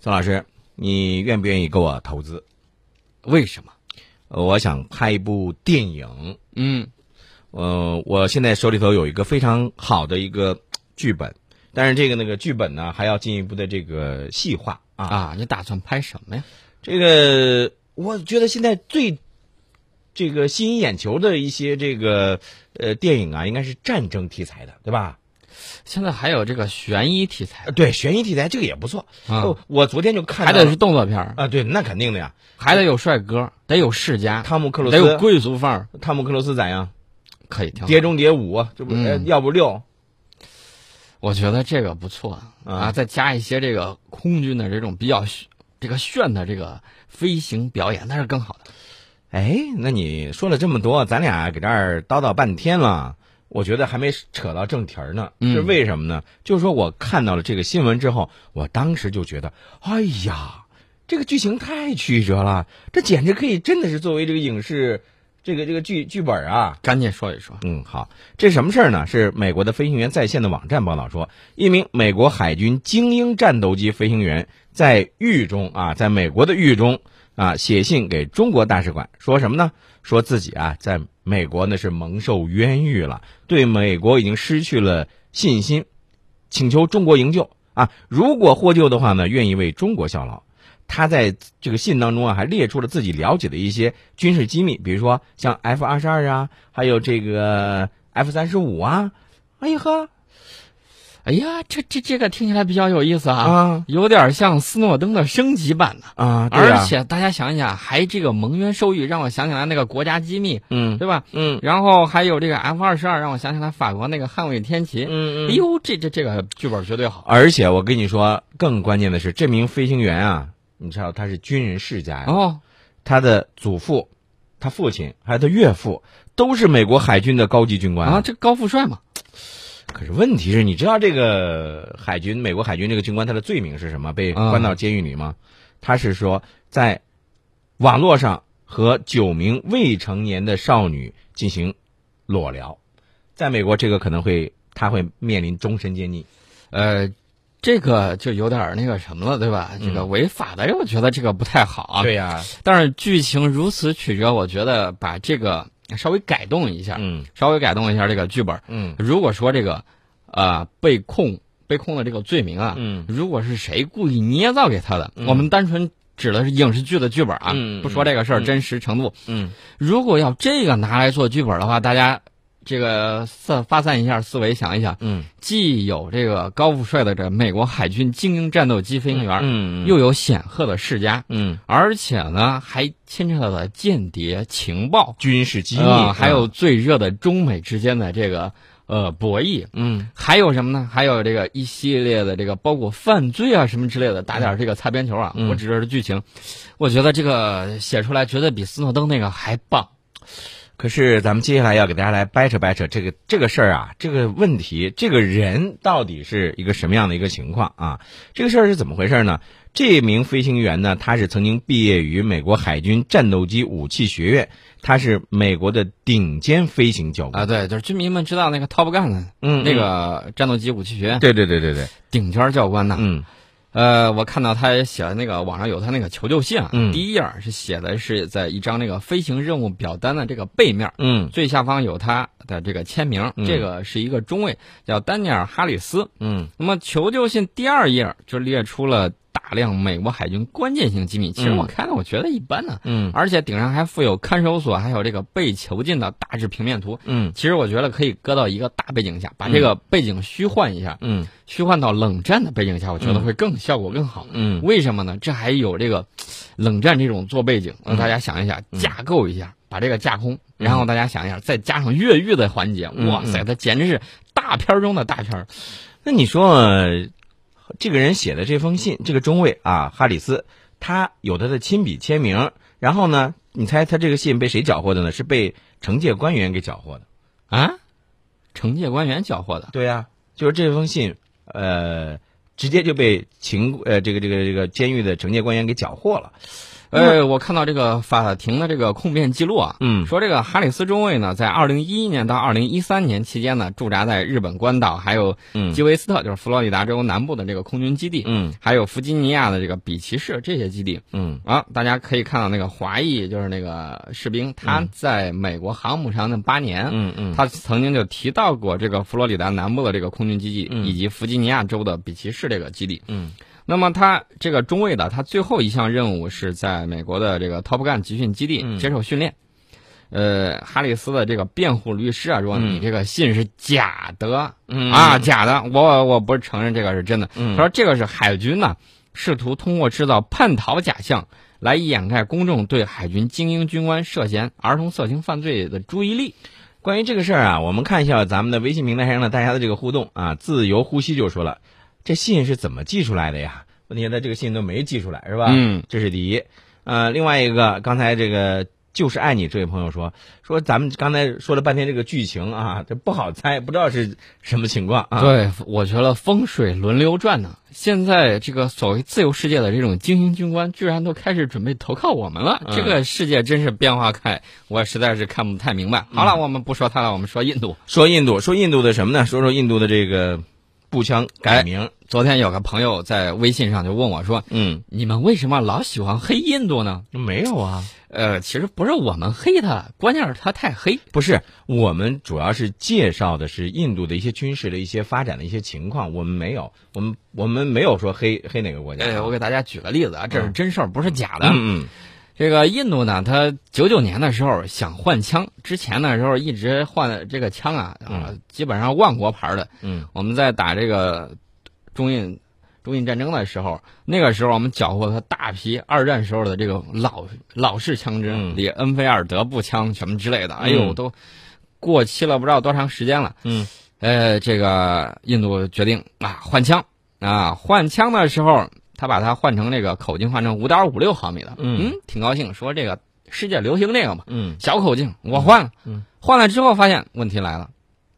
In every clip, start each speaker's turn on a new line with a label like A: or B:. A: 宋老师，你愿不愿意给我投资？呃
B: 为什么？
A: 我想拍一部电影。
B: 嗯
A: 呃，我现在手里头有一个非常好的一个剧本，但是这个那个剧本呢，还要进一步的这个细化啊。
B: 啊，你打算拍什么呀？
A: 这个我觉得现在最这个吸引眼球的一些这个呃电影啊，应该是战争题材的，对吧？
B: 现在还有这个悬疑题材
A: 呃，对，悬疑题材这个也不错。
B: 啊
A: 哦我昨天就看
B: 还
A: 到
B: 得是动作片儿，
A: 啊，对，那肯定的呀。
B: 还得有帅哥，得有世家，
A: 汤姆克鲁斯
B: 得有贵族范儿，
A: 汤姆克鲁斯咋样？
B: 可以挺
A: 《
B: 好
A: 碟中谍五》这不、呃
B: 嗯
A: 要不六
B: 我觉得这个不错啊，再加一些这个空军的这种比较炫这个炫的这个飞行表演，那是更好的。
A: 哎，那你说了这么多，咱俩给这儿叨叨半天了，我觉得还没扯到正题儿呢。
B: 嗯
A: 是为什么呢？就是说我看到了这个新闻之后，我当时就觉得，哎呀，这个剧情太曲折了，这简直可以真的是作为这个影视这个这个剧剧本啊，
B: 赶紧说一说，
A: 嗯，好，这什么事儿呢？是美国的飞行员在线的网站报道说，一名美国海军精英战斗机飞行员在狱中啊，在美国的狱中啊，写信给中国大使馆，说什么呢？说自己啊，在美国那是蒙受冤狱了，对美国已经失去了信心，请求中国营救啊。如果获救的话呢，愿意为中国效劳。他在这个信当中啊，还列出了自己了解的一些军事机密，比如说像 F 二十二啊，还有这个 F 三十五啊。哎呀呵
B: 哎呀，这这这个听起来比较有意思啊，
A: 啊
B: 有点像斯诺登的升级版呢、
A: 啊，对呀
B: 而且大家想一想，还这个蒙冤受狱，让我想起来那个国家机密，
A: 嗯
B: 对吧？
A: 嗯
B: 然后还有这个 F 二十二，让我想起来法国那个捍卫天旗。
A: 嗯
B: 哎
A: 嗯。
B: 呦，这这这个剧本绝对好
A: 而且我跟你说，更关键的是，这名飞行员啊，你知道他是军人世家呀，
B: 哦！
A: 他的祖父、他父亲还有他岳父都是美国海军的高级军官
B: 啊，。这高富帅嘛，
A: 可是问题是，你知道这个海军美国海军这个军官他的罪名是什么？被
B: 啊
A: 关到监狱里吗？他是说在网络上和九名未成年的少女进行裸聊，在美国这个可能会他会面临终身监禁。
B: 呃，这个就有点儿那个什么了，对吧？这个违法的，我觉得这个不太好啊。
A: 对呀、
B: 但是剧情如此曲折，我觉得把这个稍微改动一下，
A: 嗯
B: 稍微改动一下这个剧本。
A: 嗯
B: 如果说这个，呃，被控被控的这个罪名啊，
A: 嗯
B: 如果是谁故意捏造给他的，
A: 嗯
B: 我们单纯指的是影视剧的剧本啊，
A: 嗯
B: 不说这个事儿
A: 嗯
B: 真实程度。
A: 嗯
B: 如果要这个拿来做剧本的话，大家这个散发散一下思维，想一想，
A: 嗯，
B: 既有这个高富帅的这美国海军精英战斗机飞行员，
A: 嗯
B: 又有显赫的世家，
A: 嗯
B: 而且呢还牵扯到了间谍情报
A: 军事机密，嗯
B: 呃还有最热的中美之间的这个呃博弈，
A: 嗯
B: 还有什么呢？还有这个一系列的这个包括犯罪啊什么之类的，打点这个擦边球啊。
A: 嗯
B: 我指的是剧情，我觉得这个写出来绝对比斯诺登那个还棒。
A: 可是咱们接下来要给大家来掰扯掰扯这个这个事儿啊，这个问题，这个人到底是一个什么样的一个情况啊？这个事儿是怎么回事呢？这名飞行员呢，他是曾经毕业于美国海军战斗机武器学院，他是美国的顶尖飞行教官
B: 啊，。对，就是军迷们知道那个 Top Gun 的
A: 嗯，
B: 那个战斗机武器学院
A: 嗯，对对对对对，
B: 顶尖教官呐。
A: 嗯
B: 呃，我看到他也写了那个网上有他那个求救信啊，
A: 嗯
B: 第一页儿是写的是在一张那个飞行任务表单的这个背面儿，
A: 嗯
B: 最下方有他的这个签名，
A: 嗯
B: 这个是一个中尉叫丹尼尔·哈里斯。
A: 嗯
B: 那么求救信第二页就列出了大量美国海军关键性机密。其实我看了，我觉得一般呢、
A: 嗯
B: 而且顶上还附有看守所还有这个被囚禁的大致平面图。
A: 嗯
B: 其实我觉得可以搁到一个大背景下，把这个背景虚幻一下，
A: 嗯
B: 虚幻到冷战的背景下，我觉得
A: 嗯
B: 会更效果更好。
A: 嗯
B: 为什么呢？这还有这个冷战这种做背景，
A: 嗯
B: 让大家想一想，架构一下，把这个架空，然后大家想一下，再加上越狱的环节，
A: 嗯
B: 哇塞，它简直是大片儿中的大片儿。
A: 那你说，呃这个人写的这封信，这个中尉啊，哈里斯，他有他的亲笔签名。然后呢，你猜他这个信被谁缴获的呢？是被惩戒官员给缴获的。
B: 啊，惩戒官员缴获的
A: 对呀、就是这封信，呃，直接就被情呃这个这个这个监狱的惩戒官员给缴获了。
B: 呃，我看到这个法庭的这个控辩记录啊，
A: 嗯
B: 说这个哈里斯中尉呢，在二零一一年到二零一三年期间呢，驻扎在日本关岛，还有
A: 嗯
B: 基维斯特，就是佛罗里达州南部的这个空军基地，
A: 嗯
B: 还有弗吉尼亚的这个比奇市这些基地
A: 嗯
B: 啊。大家可以看到那个华裔，就是那个士兵，他在美国航母上那八年，
A: 嗯嗯，
B: 他曾经就提到过这个佛罗里达南部的这个空军基地，
A: 嗯
B: 以及弗吉尼亚州的比奇市这个基地。
A: 嗯
B: 那么他这个中尉的他最后一项任务是在美国的这个 Top Gun 集训基
A: 嗯
B: 地接受训练。呃，哈里斯的这个辩护律师啊说：“
A: 嗯
B: 你这个信是假的、
A: 嗯
B: 啊，假的，我我不是承认这个是真的。
A: 嗯
B: 他说这个是海军呢、试图通过制造叛逃假象来掩盖公众对海军精英军官涉嫌儿童色情犯罪的注意力。
A: 关于这个事儿啊，我们看一下咱们的微信平台上的大家的这个互动啊。自由呼吸就说了，这信是怎么寄出来的呀？问题是他这个信都没寄出来是吧？
B: 嗯，
A: 这是第一。呃，另外一个，刚才这个就是爱你这位朋友说说咱们刚才说了半天这个剧情啊，这不好猜，不知道是什么情况啊。
B: 对，我觉得风水轮流转呢。现在这个所谓自由世界的这种精英军官，居然都开始准备投靠我们了。
A: 嗯
B: 这个世界真是变化快，我实在是看不太明
A: 嗯
B: 白。好了，我们不说他了，我们说印度。
A: 说印度，说印度的什么呢？说说印度的这个步枪改名。
B: 昨天有个朋友在微信上就问我说
A: 嗯，：“
B: 你们为什么老喜欢黑印度呢
A: 没有啊，？”
B: 呃，其实不是我们黑他，关键是他太黑。
A: 不是，我们主要是介绍的是印度的一些军事的一些发展的一些情况，我们没有，我们我们没有说黑黑哪个国家。
B: 呃，我给大家举个例子啊，这是真事儿，不是假的。
A: 嗯嗯
B: 这个印度呢，他九九年的时候想换枪，之前的时候一直换这个枪啊，啊，基本上万国牌的。
A: 嗯
B: 我们在打这个中印中印战争的时候，那个时候我们缴获了大批二战时候的这个老老式枪支，
A: 嗯
B: 里恩菲尔德步枪什么之类的，哎呦，
A: 嗯
B: 都过期了不知道多长时间了。
A: 嗯
B: 呃，这个印度决定啊换枪啊换枪的时候，他把它换成这个口径换成五点五六毫米的，
A: 嗯
B: 挺高兴，说这个世界流行这个嘛，
A: 嗯
B: 小口径我换了，
A: 嗯
B: 换了之后发现问题来了，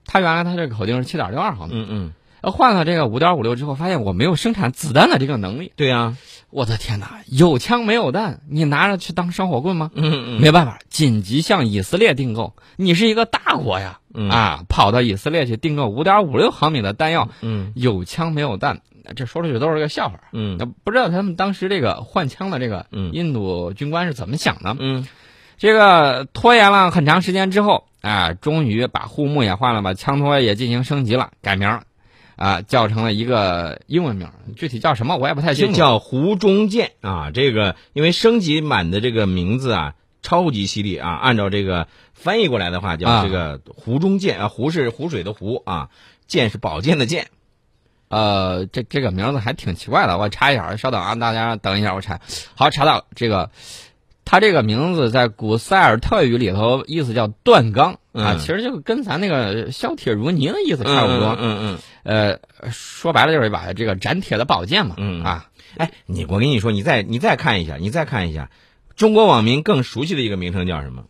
B: 他原来他这个口径是七点六二毫米，
A: 嗯嗯，
B: 呃换了这个五点五六之后，发现我没有生产子弹的这个能力，
A: 对啊呀，
B: 我的天哪，有枪没有弹，你拿着去当生火棍吗？
A: 嗯嗯
B: 没办法，紧急向以色列订购，你是一个大国呀，
A: 嗯，
B: 啊，跑到以色列去订购五点五六毫米的弹药，
A: 嗯
B: 有枪没有弹，这说出去都是个笑话。
A: 嗯
B: 那不知道他们当时这个换枪的这个
A: 嗯
B: 印度军官是怎么想的？
A: 嗯
B: 这个拖延了很长时间之后，啊，终于把护目也换了，把枪托也进行升级了，改名儿，啊，叫成了一个英文名儿，具体叫什么我也不太
A: 这
B: 清楚。
A: 叫湖中剑啊，这个因为升级版的这个名字啊。超级犀利啊！按照这个翻译过来的话，叫
B: 啊
A: 这个湖中剑啊，湖是湖水的湖啊，剑是宝剑的剑。
B: 呃，这这个名字还挺奇怪的，我查一下，稍等啊，大家等一下，我查。 好，查到了这个，他这个名字在古塞尔特语里头意思叫断钢、啊，
A: 嗯
B: 其实就跟咱那个削铁如泥的意思差不多。
A: 嗯嗯
B: 呃，说白了就是一把这个斩铁的宝剑嘛。
A: 嗯
B: 啊，
A: 哎，你我跟你说，你再你再看一下，你再看一下，中国网民更熟悉的一个名称叫什么？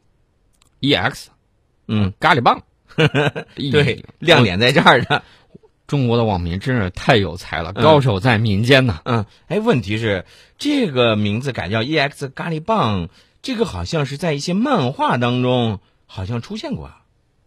B: EX
A: 嗯，
B: 咖喱 棒，哎
A: 对
B: 对，
A: 亮点在这儿呢。
B: 中国的网民真是太有才了，
A: 嗯
B: 高手在民间呐。
A: 嗯，哎，问题是这个名字改叫 EX 咖喱棒，这个好像是在一些漫画当中好像出现过啊。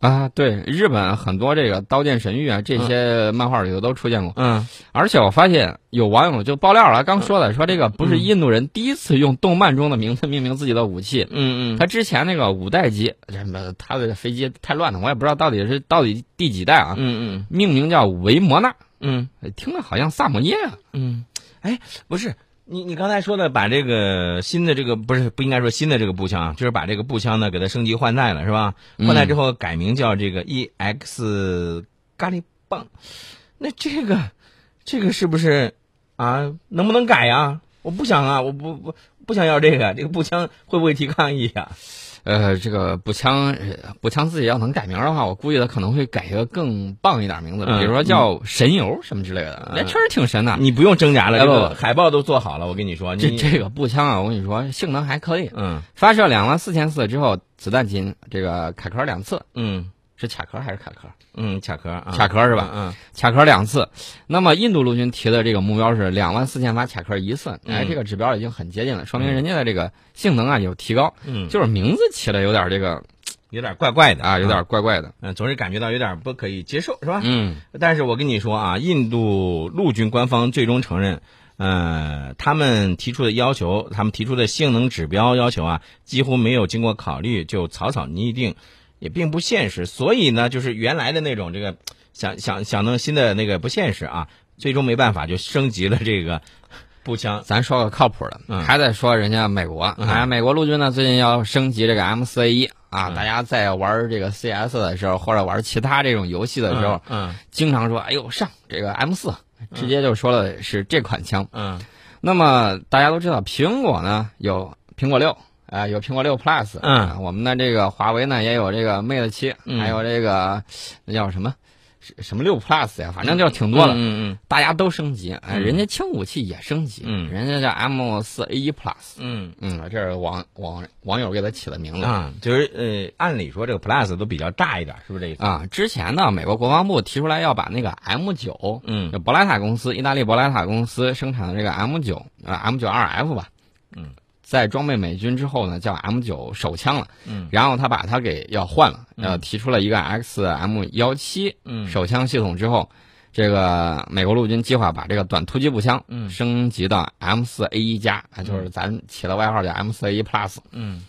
B: 啊，对，日本很多这个《刀剑神域》啊，这些漫画里头都出现过。
A: 嗯
B: 而且我发现有网友就爆料了，刚说的说这个不是印度人第一次用动漫中的名字命名自己的武器，
A: 嗯嗯
B: 他之前那个五代机，什么他的飞机太乱了，我也不知道到底是到底第几代啊，
A: 嗯嗯
B: 命名叫维摩纳，
A: 嗯
B: 听着好像萨摩耶啊。
A: 嗯，哎，不是。你你刚才说的把这个新的这个不是不应该说新的这个步枪啊，就是把这个步枪呢给它升级换代了是吧？换代之
B: 后，
A: 后改名叫这个 EX 咖喱棒，那这个这个是不是啊？能不能改呀、我不想啊，我不不不想要这个，这个步枪会不会提抗议呀、
B: 呃，这个步枪，呃步枪自己要能改名的话，我估计他可能会改一个更棒一点名字，
A: 嗯
B: 比如说叫神游什么之类的，
A: 嗯
B: 那确实挺神的。
A: 你不用挣扎了，
B: 哎
A: 这
B: 不
A: 个海报都做好了，我跟你说，
B: 这
A: 你
B: 这个步枪啊，我跟你说，性能还可以，
A: 嗯
B: 发射两万四千次之后，子弹仅这个凯壳两次，
A: 嗯
B: 是卡壳还是卡壳？
A: 嗯，卡壳啊，
B: 卡壳是吧？
A: 嗯，
B: 卡壳两次。那么印度陆军提的这个目标是两万四千发卡壳一次，哎，
A: 嗯
B: 这个指标已经很接近了，说明人家的这个性能啊有提高，
A: 嗯，
B: 就是名字起的有点这个
A: 有点怪怪的
B: 啊，有点怪怪的。
A: 嗯，总是感觉到有点不可以接受，是吧？
B: 嗯
A: 但是我跟你说啊，印度陆军官方最终承认，呃，他们提出的要求，他们提出的性能指标要求啊，几乎没有经过考虑就草草拟定，也并不现实。所以呢，就是原来的那种这个想想想弄新的那个不现实啊，最终没办法就升级了这个步枪。
B: 咱说个靠谱的，
A: 嗯
B: 还得说人家美国，
A: 嗯
B: 哎，美国陆军呢最近要升级这个 M 四 A 一啊，
A: 嗯
B: 大家在玩这个 CS 的时候，或者玩其他这种游戏的时候，
A: 嗯
B: 经常说，哎呦上这个 M 四，直接就说了是这款枪。
A: 嗯
B: 那么大家都知道，苹果呢有苹果六啊、有苹果六 Plus，
A: 嗯
B: 啊我们的这个华为呢也有这个 Mate 七、
A: 嗯
B: 还有这个那叫什么是什么六 Plus 呀，反正就挺多了。
A: 嗯
B: 大家都升级，哎，
A: 嗯
B: 人家轻武器也升级，
A: 嗯
B: 人家叫 M 四 A 一 Plus，
A: 嗯嗯
B: 嗯，这是网网网友给他起的名字。
A: 啊，就是呃，按理说这个 Plus 都比较大一点，是不是这意思？
B: 啊，之前呢，美国国防部提出来要把那个 M 九，
A: 嗯
B: 就博莱塔公司，意大利博莱塔公司生产的这个 M 九，呃，M 九 2F 吧，
A: 嗯，
B: 在装备美军之后呢，叫 M 九手枪了，
A: 嗯
B: 然后他把它给要换了，
A: 嗯
B: 呃，提出了一个 XM 幺七
A: 嗯
B: 手枪系统之后，这个美国陆军计划把这个短突击步枪
A: 嗯
B: 升级到 M 四 A 一加，啊就是咱起了外号叫 M 四 A 一 Plus。
A: 嗯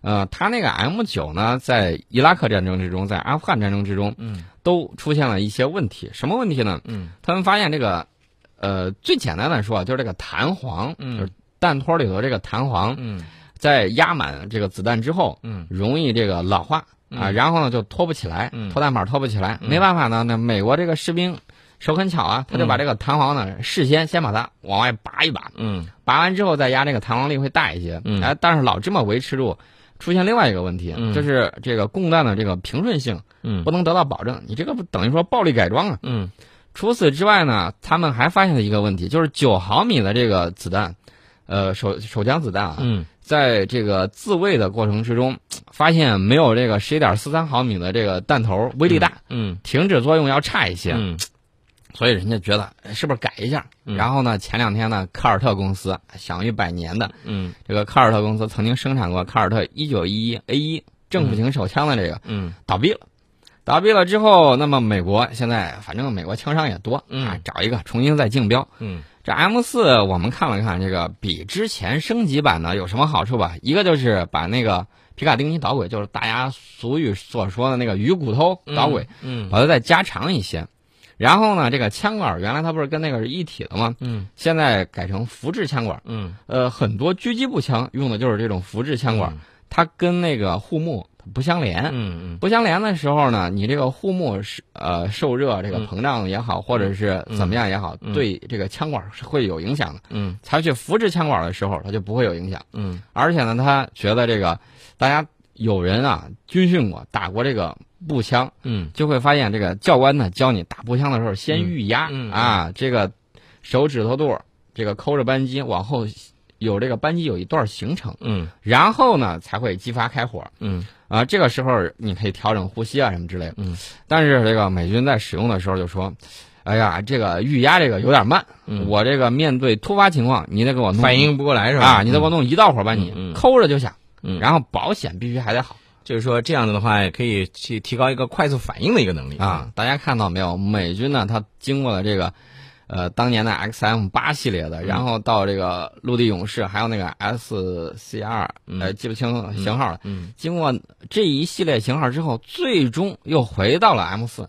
B: 呃，它那个 M 九呢，在伊拉克战争之中，在阿富汗战争之中，
A: 嗯
B: 都出现了一些问题。什么问题呢？
A: 嗯
B: 他们发现这个，呃，最简单的说啊，就是这个弹簧，
A: 嗯
B: 就是弹托里头这个弹簧，
A: 嗯
B: 在压满这个子弹之后，
A: 嗯
B: 容易这个老化啊，
A: 嗯
B: 然后呢就脱不起来，
A: 嗯
B: 脱弹板脱不起来。
A: 嗯
B: 没办法呢，那美国这个士兵手很巧啊，他就把
A: 嗯
B: 这个弹簧呢事先先把它往外拔一拔，
A: 嗯
B: 拔完之后再压，那个弹簧力会大一些。
A: 嗯
B: 哎，但是老这么维持住，出现另外一个问题，
A: 嗯
B: 就是这个供弹的这个平顺性
A: 嗯
B: 不能得到保证，你这个不等于说暴力改装啊。
A: 嗯
B: 除此之外呢，他们还发现了一个问题，就是九毫米的这个子弹，呃，手手枪子弹啊，
A: 嗯
B: 在这个自卫的过程之中，发现没有这个十一点四三毫米的这个弹头威力大，
A: 嗯
B: 停止作用要差一些，
A: 嗯
B: 所以人家觉得哎是不是改一下？
A: 嗯
B: 然后呢，前两天呢，科尔特公司享誉百年的
A: 嗯
B: 这个科尔特公司曾经生产过科尔特一九一一 A 一政府型手枪的这个
A: 嗯
B: 倒闭了。倒闭了之后，那么美国现在反正美国枪商也多，
A: 嗯
B: 啊，找一个重新再竞标。
A: 嗯
B: 这 M 四我们看了看，这个比之前升级版呢有什么好处吧？一个就是把那个皮卡丁尼导轨，就是大家俗语所说的那个鱼骨头导轨，，
A: 嗯
B: 把它再加长一些。然后呢，这个枪管原来它不是跟那个是一体的吗？
A: 嗯
B: 现在改成福制枪管。
A: 嗯
B: 呃，很多狙击步枪用的就是这种福制枪管，它跟那个护目它不相连。
A: 嗯嗯
B: 不相连的时候呢，你这个护目是呃受热这个膨胀也好，或者是怎么样也好，
A: 嗯
B: 对这个枪管是会有影响的。
A: 嗯
B: 采取扶持枪管的时候，它就不会有影响。
A: 嗯
B: 而且呢，他觉得这个大家有人啊军训过打过这个步枪，
A: 嗯
B: 就会发现这个教官呢教你打步枪的时候先
A: 嗯
B: 预压、
A: 嗯
B: 啊，这个手指头肚儿这个抠着扳机往后有这个扳机有一段行程，
A: 嗯
B: 然后呢才会激发开火。
A: 嗯
B: 啊，这个时候你可以调整呼吸啊什么之类的。
A: 嗯，
B: 但是这个美军在使用的时候就说：“哎呀，这个预压这个有点慢，
A: 嗯
B: 我这个面对突发情况，你得给我弄
A: 反应不过来是吧？
B: 啊，你得给我弄一道火把你、
A: 嗯嗯
B: 抠着就响，
A: 嗯
B: 然后保险必须还得好
A: 就是说这样子的话，可以去提高一个快速反应的一个能力
B: 啊。。大家看到没有？美军呢，它经过了这个。”呃，当年的 XM 八系列
A: 嗯
B: 的，然后到这个陆地勇士，还有那个 SCR，、呃，记不清型号了。
A: 嗯，
B: 经过这一系列型号之后，最终又回到了 M 四。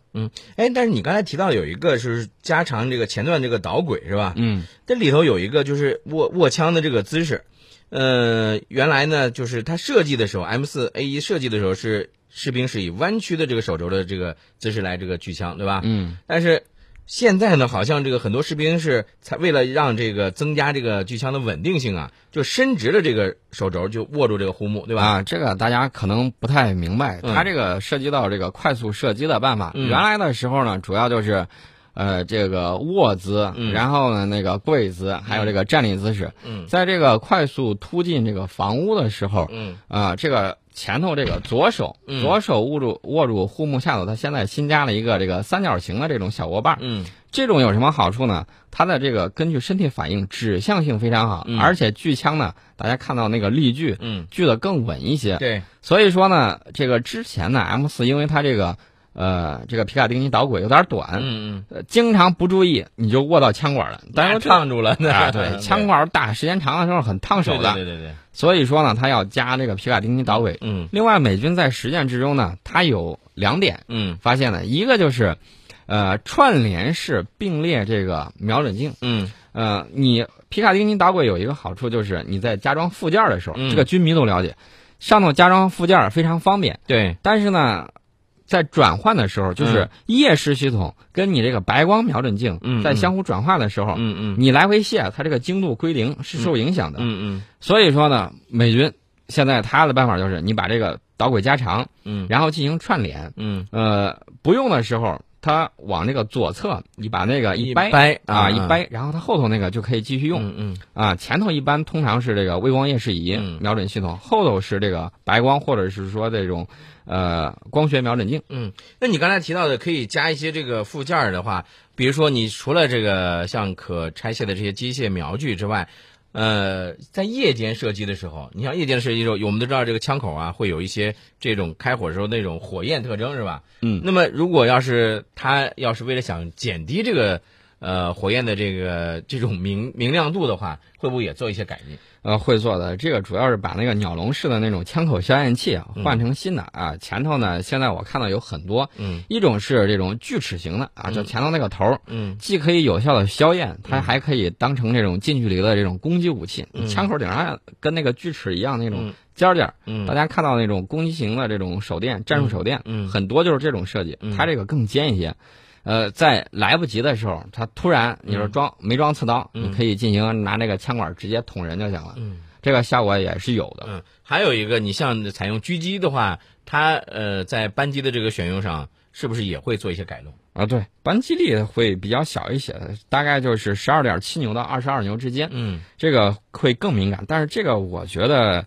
A: 哎，但是你刚才提到有一个是加长这个前段这个导轨是吧？
B: 嗯
A: 这里头有一个就是握握枪的这个姿势，呃，原来呢就是它设计的时候，M 四 A 一设计的时候是士兵是以弯曲的这个手肘的这个姿势来这个举枪，对吧？
B: 嗯
A: 但是现在呢，好像这个很多士兵是才为了让这个增加这个巨枪的稳定性啊，就伸直了这个手肘，就握住这个护目，对吧？
B: 啊，这个大家可能不太明白，
A: 嗯
B: 它这个涉及到这个快速射击的办法。
A: 嗯
B: 原来的时候呢，主要就是，呃，这个卧姿，
A: 嗯
B: 然后呢那个跪姿，还有这个站立姿势。
A: 嗯
B: 在这个快速突进这个房屋的时候，
A: 嗯
B: 啊、这个前头这个左手，
A: 嗯
B: 左手握住握住护目下手，它现在新加了一个这个三角形的这种小握把儿。
A: 嗯
B: 这种有什么好处呢？它的这个根据身体反应指向性非常好，
A: 嗯
B: 而且距枪呢，大家看到那个力距
A: 嗯，
B: 距的更稳一些。
A: 对，
B: 所以说呢，这个之前呢，M 四因为它这个呃这个皮卡丁尼导轨有点短，
A: 嗯嗯，
B: 呃经常不注意你就握到枪管了，
A: 但
B: 但是
A: 是烫住了，
B: 啊，对，枪管大，时间长的时候很烫手
A: 手
B: 的。
A: 的，对对对对，
B: 所以说呢，它要加这个皮卡丁尼导轨。
A: 嗯
B: 另外，美军在实践之中呢，它有两点
A: 嗯
B: 发现呢，一个就是，呃，串联式并列这个瞄准镜。
A: 嗯
B: 呃，你皮卡丁尼导轨有一个好处就是，你在加装附件的时候，
A: 嗯
B: 这个军迷都了解，上头加装附件非常方便。
A: 对，
B: 但是呢，在转换的时
A: 嗯
B: 候，就是夜视系统跟你这个白光瞄准镜
A: 嗯
B: 在
A: 嗯
B: 相互转换的时候，
A: 嗯嗯
B: 你来回卸，它这个精度归零是受影响的。
A: 嗯
B: 所以说呢，美军现在他的办法就是你把这个导轨加长，
A: 嗯
B: 然后进行串联。
A: 嗯
B: 呃，不用的时候，它往那个左侧，你把那个
A: 嗯，
B: 一
A: 一
B: 掰
A: 掰
B: 啊一，掰，然后它后头那个就可以继续用
A: 嗯
B: 啊。前头一般通常是这个微光夜视仪
A: 嗯
B: 瞄准系统，后头是这个白光或者是说这种呃光学瞄准镜。
A: 嗯，那你刚才提到的可以加一些这个附件儿的话，比如说你除了这个像可拆卸的这些机械瞄具之外，呃，在夜间射击的时候，你像夜间射击的时候，我们都知道这个枪口啊会有一些这种开火时候那种火焰特征是吧？
B: 嗯
A: 那么如果要是他要是为了想减低这个呃火焰的这个这种明明亮度的话，会不会也做一些改进？
B: 呃，会做的这个主要是把那个鸟笼式的那种枪口消焰器啊换成新的啊。前头呢，现在我看到有很多，
A: 嗯
B: 一种是这种锯齿形的啊，
A: 嗯
B: 就前头那个头儿，
A: 嗯
B: 既可以有效的消焰，它还可以当成这种近距离的这种攻击武器。
A: 嗯
B: 枪口顶上跟那个锯齿一样那种
A: 嗯
B: 尖儿尖儿，大
A: 嗯
B: 家看到那种攻击型的这种手电、战术手电，
A: 嗯
B: 很多就是这种设计
A: 嗯。
B: 它这个更尖一些，呃，在来不及的时候，它突然你说装没装刺刀，
A: 嗯
B: 你可以进行拿那个枪管直接捅人就行了，
A: 嗯
B: 这个效果也是有的。
A: 嗯，还有一个，你像采用狙击的话，它呃在扳机的这个选用上，是不是也会做一些改动？
B: 啊，对，扳机力会比较小一些，大概就是十二点七牛到二十二牛之间，
A: 嗯
B: 这个会更敏感。但是这个我觉得，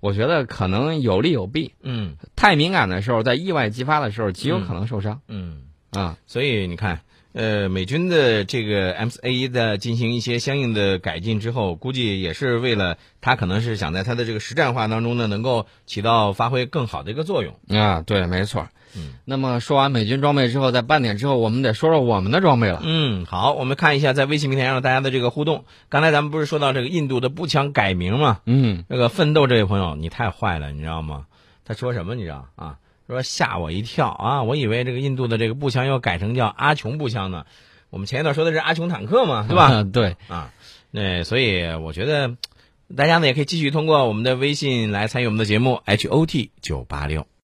B: 我觉得可能有利有弊。
A: 嗯
B: 太敏感的时候，在意外激发的时候，极有可能受伤
A: 嗯。
B: 啊。
A: 所以你看，呃，美军的这个 M 4 A 一的进行一些相应的改进之后，估计也是为了它可能是想在它的这个实战化当中呢，能够起到发挥更好的一个作用。
B: 啊，对，没错。
A: 嗯
B: 那么说完美军装备之后，在半点之后，我们得说说我们的装备了。
A: 嗯，好，我们看一下在微信平台上大家的这个互动。刚才咱们不是说到这个印度的步枪改名吗？
B: 嗯，
A: 那个奋斗这位朋友，你太坏了，你知道吗？他说什么你知道啊？说吓我一跳啊！我以为这个印度的这个步枪要改成叫阿琼步枪呢。我们前一段说的是阿琼坦克 嘛，对吧？？
B: 对，
A: 啊，那所以我觉得大家呢也可以继续通过我们的微信来参与我们的节目 H O T 九八六。